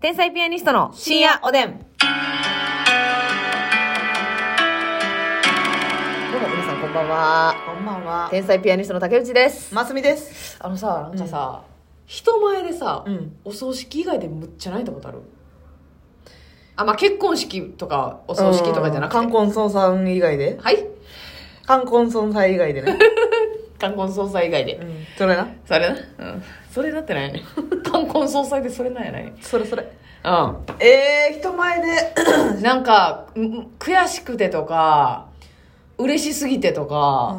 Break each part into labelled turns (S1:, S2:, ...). S1: 天才ピアニストの深夜おでん。どうも皆さんこんばんは。
S2: こんばんは。
S1: 天才ピアニストの竹内です。
S2: ますみです。
S1: あのさ、なんかさ、人前でさ、
S2: うん
S1: お葬式以外でむっちゃ泣いたことあるあ、まあ、結婚式とか、お葬式とかじゃなくて。
S2: 冠婚葬さん以外で
S1: はい
S2: 冠婚葬祭以外でね。
S1: 冠婚葬祭以外で。
S2: うん。それな。
S1: それな。うん。それだってないね。 冠婚葬祭でそれなんやない
S2: それそれ。
S1: うん。
S2: えー、人前で。
S1: なんか、んん悔しくてとか、嬉しすぎてとか、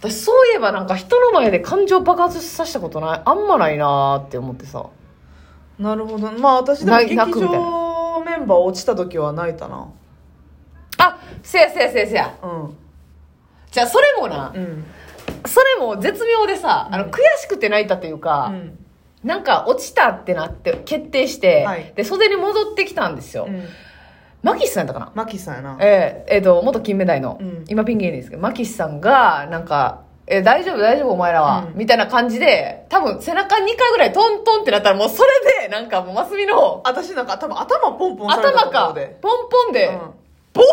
S1: 私そういえばなんか人の前で感情爆発させたことない、あんまないなーって思ってさ。
S2: なるほど。まあ私でも
S1: な
S2: 劇
S1: 泣くみたい
S2: 場メンバー落ちた時は泣いたな。
S1: あ、せやせやせやせや。
S2: うん。
S1: じゃあそれもな、
S2: うん。
S1: それも絶妙でさ、あの悔しくて泣いたというか、なんか落ちたってなって決定して、
S2: はい
S1: で、袖に戻ってきたんですよ。
S2: うん。
S1: マキシさんやったかな
S2: マキさんやな。
S1: えーえーと、元金メダイの、
S2: うん
S1: 今ピン芸人ですけど、マキシさんが、なんか、えー大丈夫大丈夫お前らは、
S2: うん
S1: みたいな感じで、多分背中2回ぐらいトントンってなったら、もうそれで、なんかもうマスミの
S2: 私なんか多分頭ポンポンされた
S1: 頭
S2: と思
S1: か、
S2: う
S1: ポン
S2: で。
S1: ポンで、
S2: うん
S1: ボー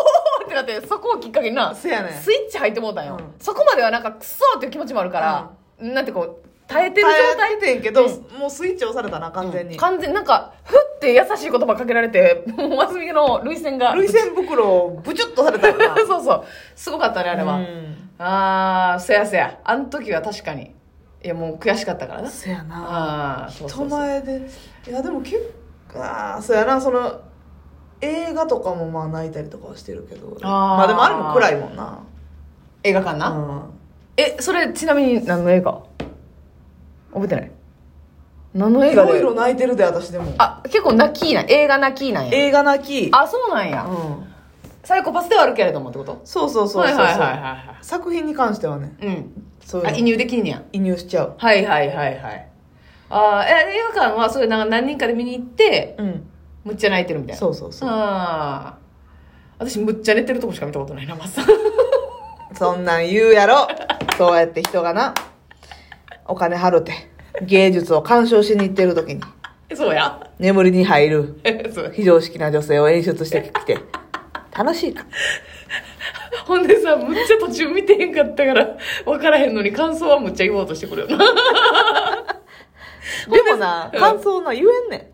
S1: ンってなって、そこをきっかけにな、
S2: せやねん
S1: スイッチ入ってもうたんよ。
S2: うん
S1: そこまではなんか、くそーっていう気持ちもあるから、なんてこう、耐えてる状
S2: 耐
S1: 態
S2: えてんけど、
S1: う
S2: もうスイッチ押されたな、完全に。
S1: 完全になんか、ふって優しい言葉かけられて、もうマスミの涙腺が、
S2: 涙腺袋をブチュッとされたよな。
S1: そうそう、すごかったね、あれは。
S2: うん
S1: ああ、せやせや。あの時は確かに。いや、もう悔しかったからな。
S2: せやな。
S1: ああ、そうそ
S2: 人
S1: うそう。
S2: 前でいやでも結構ああそうやなその映画とかもまあ泣いたりとかはしてるけど
S1: あー
S2: まあでもあれも暗いもんな
S1: 映画館な、
S2: うん
S1: え、それ、ちなみに何の映画覚えてない何の映
S2: い
S1: 画で
S2: ろいろ泣いてるで私でも
S1: あ、結構泣きーな。映画泣きーなんや。
S2: 映画泣き
S1: あ、そうなんや、
S2: うん
S1: サイコパスではあるけれどもってこと
S2: そうそうそうそうそう、
S1: はいはいはいは
S2: 作品に関してはね
S1: いはい。うん。
S2: そう
S1: あ、
S2: い
S1: 移
S2: うの
S1: 入できんねや。
S2: 移入しちゃう
S1: はいはいはいはい。ああ、え、映画館はそういうなんか何人かで見に行って、
S2: うん
S1: むっちゃ泣いてるみたいな。
S2: そうそうそう
S1: ああ。私、むっちゃ寝てるとこしか見たことないな、まさ
S2: そんなん言うやろそうやって人がなお金払って芸術を鑑賞しに行ってる時に
S1: そうや。
S2: 眠りに入る
S1: そう
S2: 非常識な女性を演出してきて、楽しいか。
S1: ほんでさ、むっちゃ途中見てへんかったから、分からへんのに感想はむっちゃ言おうとしてくるよな。
S2: でもな、
S1: うん
S2: 感想な、言えんね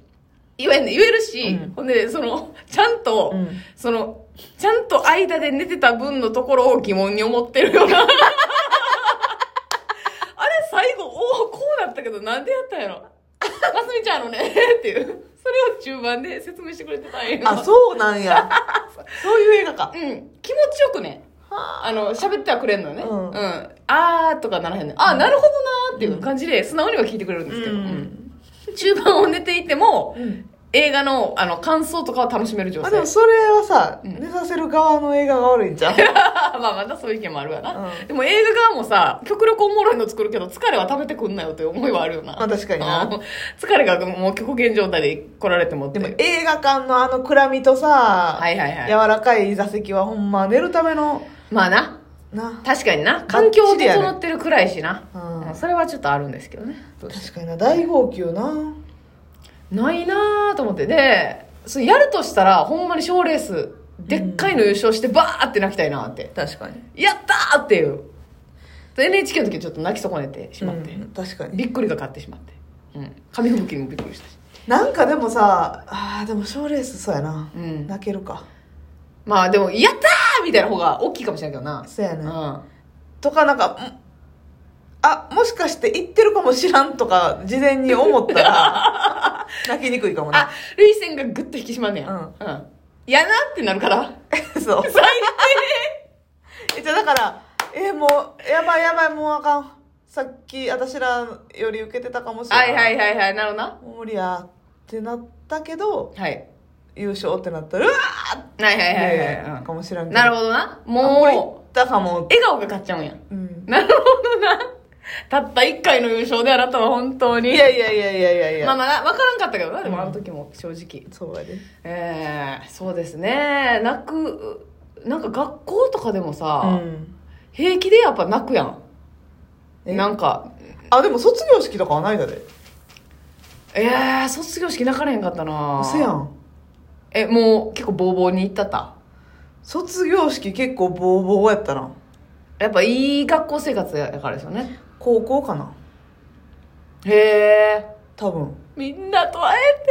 S1: 言えんね言えるし、
S2: うん
S1: ほんで、その、ちゃんと、
S2: うん
S1: その、ちゃんと間で寝てた分のところを疑問に思ってるよな。あれ 最後、おお、こうなったけど、なんでやったんやろ。かすみちゃんあのね、っていう。それを中盤で説明してくれてたんや
S2: ん。あ、そうなんや。そういう映画か。
S1: うん、気持ちよくね、あの、喋ってはくれんのね。う。
S2: うんん
S1: あーとかならへんね。あー、なるほどなーっていう感じで、素直には聞いてくれるんですけど。うん中盤を寝ていても、
S2: うん
S1: 映画の、あの、感想とかを楽しめる女
S2: あ、でも
S1: 性。
S2: それはさ、
S1: うん
S2: 寝させる側の映画が悪いんじゃん。
S1: あまあ、またそういう意見もあるわな。
S2: うん
S1: でも映画側もさ、極力おもろいの作るけど、疲れは食べてくんなよという思いはあるよな。
S2: まあ確かにな
S1: うん疲れがもう極限状態で来られてもって
S2: で
S1: いう
S2: も映画館のあの暗みとさ、
S1: はいはいはい
S2: 柔らかい座席はほんま寝るための、
S1: まあな、
S2: な。
S1: 確かにな、環境を整ってるくらいしな。
S2: うん
S1: うんそれはちょっとあるんですけどね。
S2: 確かにな、大号泣な。
S1: ないなーと思ってでそれやるとしたらほんまに賞ーレースでっかいの優勝してバーって泣きたいなって、
S2: 確かに。
S1: やったーっていうで NHK の時ちょっと泣き損ねてしまって、
S2: 確かに。
S1: びっくりが勝ってしまって、うん、紙吹雪にもびっくりしたし、
S2: なんかでもさ、あーでも賞レースそうやな。
S1: うん、
S2: 泣けるか。
S1: まあでも「やったー!」みたいな方が大きいかもしれないけどな、
S2: そうや
S1: う
S2: ね。
S1: ん、
S2: とかなんかんあもしかして行ってるかもしらんとか事前に思ったら 泣きにくいかも
S1: あ
S2: な
S1: 涙腺がグッと引き締まんねや、
S2: うん
S1: うん、やなってなるから
S2: そう
S1: 最
S2: え じゃあだからえもうやばいやばいもうあかんさっき私らより受けてたかもし
S1: 低
S2: れ
S1: は
S2: ない
S1: いはいはいはいなるほどな
S2: もう無理やってなったけど
S1: はい
S2: 優勝ってなったらうわーっ
S1: はいはい
S2: て、
S1: はいはい、うん
S2: かもしらん
S1: なる
S2: ほ
S1: ほどな
S2: これ行
S1: もう
S2: ったかも、
S1: 笑顔が勝っちゃうんや
S2: うん、
S1: なるほどな。たった1回の優勝であなたは本当に。
S2: いやいやいやいやいやいや、
S1: まあまあ、わからんかったけどな、でもあの時も正直。
S2: そうやで
S1: ええそうですね。泣く、なんか学校とかでもさ、
S2: うん
S1: 平気でやっぱ泣くやん。
S2: え
S1: なんか、
S2: あでも卒業式とかはないだで
S1: ええー、卒業式泣かれへんかったな
S2: 嘘やん
S1: えもう結構ボーボーに行ったった
S2: 卒業式結構ボーボーやったな
S1: やっぱいい学校生活やからですよね
S2: 高校かな
S1: へえ
S2: 多分
S1: みんなと会え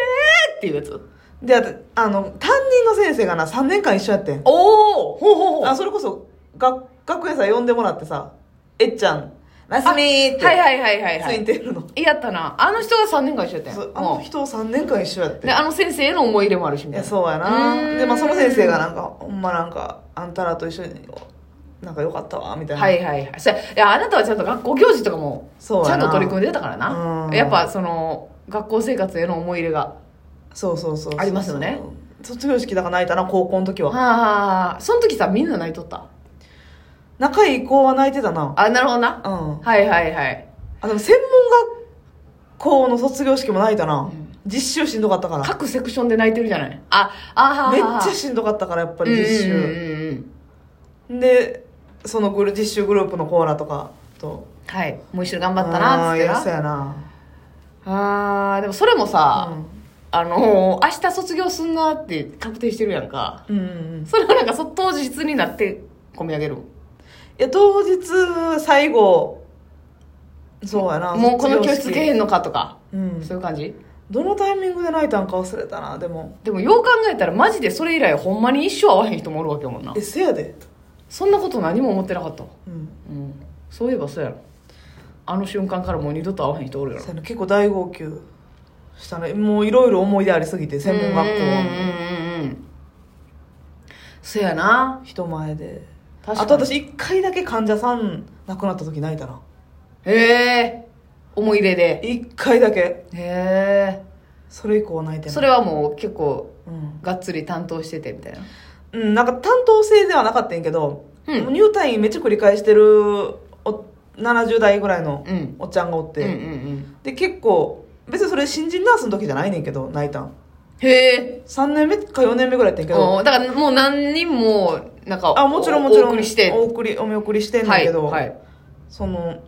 S1: てっていうやつ
S2: であとあの担任の先生がな3年間一緒やってん
S1: おおほうほうほう
S2: あそれこそが学園祭呼んでもらってさえっちゃん「マスミー」って
S1: はいはいはいはいは
S2: つい
S1: い
S2: てるの、
S1: やったなあの人が3年間一緒やったやん
S2: そうあの人3年間一緒やって
S1: であの先生への思い入れもあるしみ
S2: い
S1: たい
S2: や
S1: な
S2: そうや
S1: うー
S2: なんで、まあ、その先生がなんかほんまなんかあんたらと一緒になんかよかったわみたいな、
S1: はいはいはいそうやいやあなたはちゃんと学校行事とかもち
S2: そう
S1: ゃ
S2: や
S1: ん
S2: な
S1: と取り組んでたからな
S2: うん
S1: やっぱその学校生活への思い入れが
S2: そうそうそうそう
S1: ありますよね
S2: 卒業式だから泣いたな高校の時は
S1: はあその時さみんな泣いとった
S2: 仲いい子は泣いてたな
S1: あなるほどな
S2: うん
S1: はいはいはい
S2: あでも専門学校の卒業式も泣いたな、
S1: ん
S2: 実習しんどかったから
S1: 各セクションで泣いてるじゃないああ
S2: めっちゃ
S1: っ
S2: しんどかったからやっぱ
S1: ぱ
S2: り実習、でそのグル実習グループのコーラとかと
S1: はいもう一緒に頑張ったなっつ
S2: あー
S1: って
S2: やそう
S1: な
S2: やな
S1: あーでもそれもさ、
S2: うん
S1: あのー明日卒業すんなって確定してるやんか
S2: うんうん、い
S1: それはなんかそ当日になって込み上げる
S2: や当日最後そうやな
S1: もうこの教室
S2: 卒
S1: け
S2: 業
S1: え
S2: 式
S1: へんのかとか、
S2: うん
S1: そういう感じ
S2: どのタイミングで泣いたんか忘れたなでも
S1: でもよう考えたらマジでそれ以来ほんまに一生会わへん人もおるわけやもんな
S2: えせやで、
S1: そんなこと何も思ってなかったわ
S2: うん、
S1: うんそういえばそうやろあの瞬間からもう二度と会わへん人おるやろ
S2: せやな結構大号泣したねもういろいろ思い出ありすぎて専門学校
S1: うんうん
S2: は
S1: うんうんうんそやな
S2: 人前で
S1: 確か
S2: あ
S1: に
S2: と私一回だけ患者さん亡くなった時泣いたな
S1: へえ思い入れで
S2: 一回だけ
S1: へ
S2: それ以降は泣いて
S1: え
S2: ない
S1: それはもう結構
S2: うん、
S1: がっつり担当しててみたいな
S2: うん、なんか担当制ではなかったんやけど、
S1: うん
S2: 入退院めっちゃ繰り返してるお70代ぐらいの
S1: うん
S2: おっちゃんがおっ
S1: うん
S2: て、
S1: うんうん
S2: で結構別にそれ新人ナースの時じゃないねんけど泣いたん
S1: へえ
S2: 3年目か4年目ぐらいやったんやけど
S1: おだからもう何人もなんか
S2: あもちろんもちろん
S1: お送りして
S2: お送りお見送りしてんだけど、
S1: はいはい、
S2: その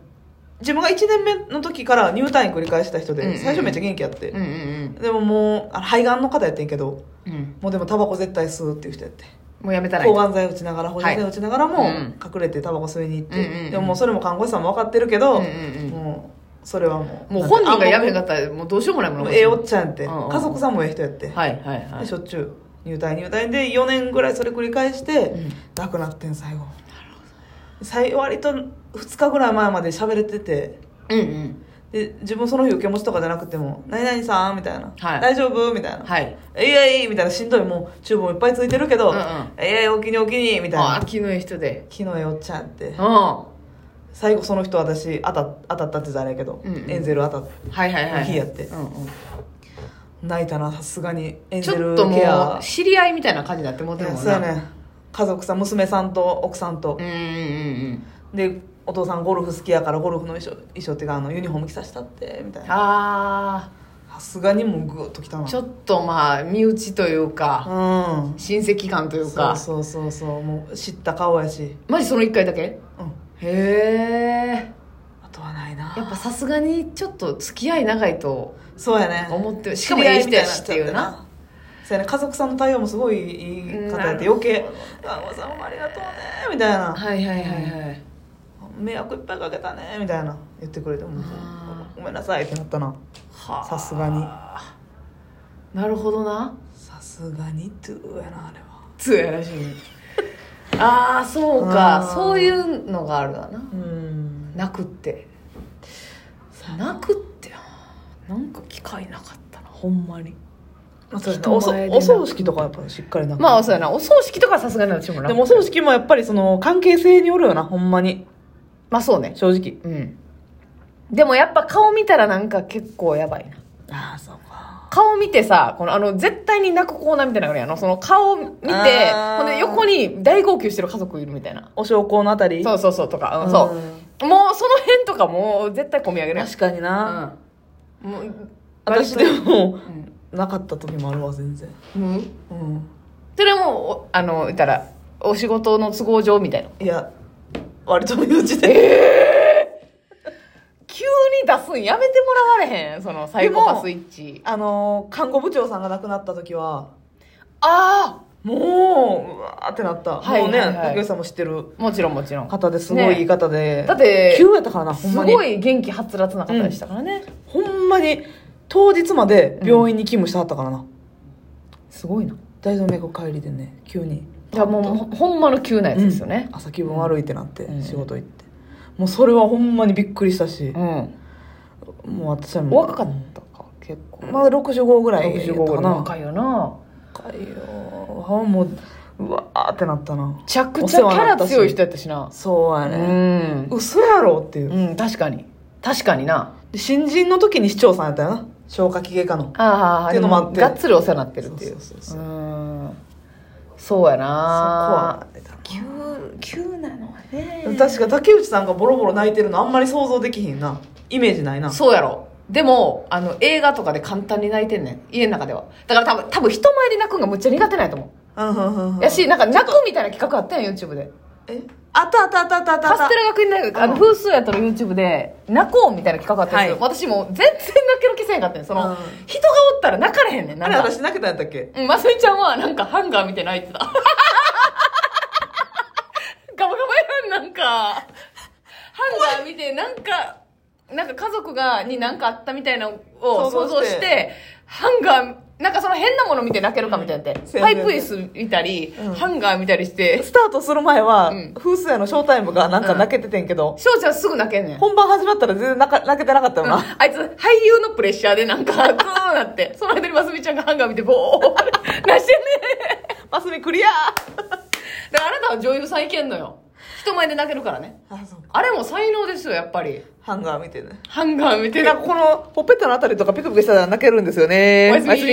S2: 自分が1年目の時から入退院繰り返した人で、
S1: うんうん
S2: 最初めっちゃ元気やって
S1: う、んうん
S2: でももうあの肺がんの方やってんけど
S1: うんうん
S2: もうでもタバコ絶対吸うっていう人やって
S1: もうやめたらいい
S2: 抗がん剤打ちながら補助剤打ちながらも、
S1: はいうん
S2: 隠れてタバコ吸いに行って、
S1: うんうんうん
S2: でももうそれも看護師さんも分かってるけど、
S1: うんうんうん
S2: もうそれはもう
S1: もう本人がやめへんか
S2: っ
S1: ったらもうどうしようもないもんな
S2: ええおっちゃんやって、
S1: うんうん
S2: 家族さんもええ人やって、
S1: はいはいはい
S2: しょっちゅう入隊入隊で4年ぐらいそれ繰り返して、
S1: うん
S2: 亡くなってん最後最割と2日ぐらい前まで喋れてて
S1: うんうん
S2: で自分その日受け持ちとかじゃなくても「何々さん」みたいな「
S1: はい
S2: 大丈夫?」みたいな
S1: はい
S2: 「いやいい」みたいなしんどいもうチューブもいっぱいついてるけど「
S1: うんうん
S2: いやいやお気にお気に」みたい
S1: あ
S2: な
S1: あ気のいい人で
S2: 木の絵おっちゃんって
S1: うんは
S2: 最後その人私当た当たったって言ったらあれやけど、
S1: うんうん
S2: エンゼル当たって
S1: いはいはいはい
S2: 日やって
S1: うんうん
S2: 泣いたなさすがにエン
S1: ち
S2: ゼ
S1: ょ
S2: ル
S1: っと
S2: ケ
S1: も
S2: ア
S1: う知り合いみたいな感じになってもうてるもん
S2: そう
S1: な
S2: やね家族さん娘さんと奥さんと
S1: う、んうんうんうん
S2: でお父さんゴルフ好きやからゴルフの衣装衣装っていうかあのユニフォーム着させたってみたいな
S1: あ
S2: さすがにもうグーッときた
S1: あ
S2: な
S1: ちょっとまあ身内というか
S2: うん
S1: 親戚感という
S2: そ
S1: か
S2: うそうそうそうもう知った顔やし
S1: マジその1回だけ
S2: うん
S1: へえ
S2: あとはない
S1: やっ
S2: な
S1: ぱさすがにちょっと付き合い長いと
S2: そうやね
S1: 思ってるし
S2: しか
S1: かも
S2: も
S1: え
S2: え
S1: え
S2: え
S1: 人
S2: 人
S1: や
S2: や
S1: し
S2: し
S1: っ
S2: ってて
S1: い
S2: いうう
S1: な
S2: なそうやね家族さんの対応もすごいいい方やって余計「あおさんもありがとうね」みたいな
S1: はいはいはいはい
S2: 「迷惑いっぱいかけたね」みたいな言ってくれても
S1: あ
S2: ごめんなさい」ってなったな
S1: はあ
S2: さすがに
S1: なるほどな
S2: さすがにトゥーやなあれは
S1: つやらしいね ああそうか
S2: あー
S1: そういうのがあるわな
S2: うん
S1: なくってなくってななんか機会なかったなほんまに
S2: まあそうやな
S1: 人
S2: おそ
S1: 前でな
S2: お葬式とかやっぱしっかりな
S1: まあそうやなお葬式とかさすがに私もな
S2: でもお葬式もやっぱりその関係性によるよなほんまに
S1: まあそうね
S2: 正直
S1: うんでもやっぱ顔見たらなんか結構やばいな
S2: ああそうか
S1: 顔見てさ、このあの、絶対に泣くコーナーみたいなのがあるやんあの。その顔見て、
S2: あー
S1: ほんで横に大号泣してる家族いるみたいな。
S2: お焼香のあたり
S1: そうそうそうとか、うんそう。もうその辺とかもう絶対込み上げるやん。
S2: 確かにな、
S1: うん。もう、
S2: 私でも
S1: うん。
S2: なかった時もあるわ全然
S1: うん。
S2: うん
S1: それはもう、おあの、言ったら、お仕事の都合上みたいな。
S2: いや割と身内で
S1: ええ急出すんやめてもらわれへんそのサイコパスイッチ
S2: あのー看護部長さんが亡くなった時は、
S1: あ
S2: もう、うわーってなった。
S1: はい
S2: もうね、
S1: はいはい
S2: 竹内さんも知ってる
S1: あもちろんもちろん
S2: 方ですごい言い方で。
S1: だって
S2: 急やったからな、ほん
S1: す
S2: まに。
S1: ごい元気はつらつな方でしたからね、
S2: ほんまに、当日まで病院に勤務してはったからな。
S1: すごいな
S2: 大動脈解離でね、急に。
S1: いやもうほほんまの急なやつですよね
S2: うん朝気分悪いってなって、
S1: うん
S2: 仕事行って。もうそれはほんまにびっくりしたし
S1: う、ん、
S2: もう私は
S1: お
S2: もう。
S1: 若かったか結構、
S2: まだ65ぐらいやった
S1: 65
S2: かな。
S1: ぐらい若いよな
S2: 若いよ。はもう、うわーってなったな
S1: め。ちゃくちゃキャラ強い人やったしな
S2: そうや
S1: う
S2: ね。
S1: ん、
S2: 嘘やろっていう。
S1: うん、確かに確かにな
S2: で新人の時に市長さんやったよな消化器外科の
S1: ああ
S2: っていうのもあって
S1: がっつりお世話になってるっていう
S2: そうそうそうそう
S1: うんそうやな
S2: そこは
S1: 急急なのはね
S2: 確か竹内さんがボロボロ泣いてるのあんまり想像できひんなイメージないな
S1: そうやろでもあの映画とかで簡単に泣いてんねん家の中ではだから多分多分人前で泣くんがむっちゃ苦手ないと思
S2: うんうんうんう
S1: うんやしなんか泣くみたいな企画あったやん YouTube で
S2: えあったあったあったあったあった
S1: カステラ学院大学あの
S2: うん
S1: 風数やったら YouTube で泣こうみたいな企画あったんですよ、
S2: は
S1: 私もう全然泣ける気せんかったんその、
S2: うん
S1: 人がおったら泣かれへんねんな
S2: あ
S1: ん
S2: れ
S1: か
S2: 私泣けたんやったっけ
S1: うん、まさみちゃんはなんかハンガー見て泣いてた。ガバガバやん、なんか。ハンガー見て、なんか、なんか家族が、になんかあったみたいなのを想
S2: 想
S1: 像
S2: 像して
S1: して、ハンガー、なんかその変なもの見て泣けるかみたいなって。
S2: せや
S1: パ
S2: せや
S1: イプ椅子見たり、
S2: うん
S1: ハンガー見たりして、
S2: スタートする前は、
S1: うん
S2: 風水屋のショータイムがなんか泣けててんけど、
S1: 翔ちゃんすぐ泣けんねん。
S2: 本番始まったら全然泣か泣けてなかった よな、
S1: あいつ、俳優のプレッシャーでなんか、こうなって、その間にますみちゃんがハンガー見て、ボーって、なしてんねん。
S2: マスミクリアー
S1: だからあなたは女優さんいけんのよ。人前で泣けるからね。
S2: あそう
S1: あれも才能ですよ、やっぱり。
S2: ハンガー見てね
S1: ハンガー見
S2: で
S1: てる
S2: なん。かこのほっぺたのあたりとかピクピクしたら泣けるんですよね
S1: おやすみ
S2: おやすみ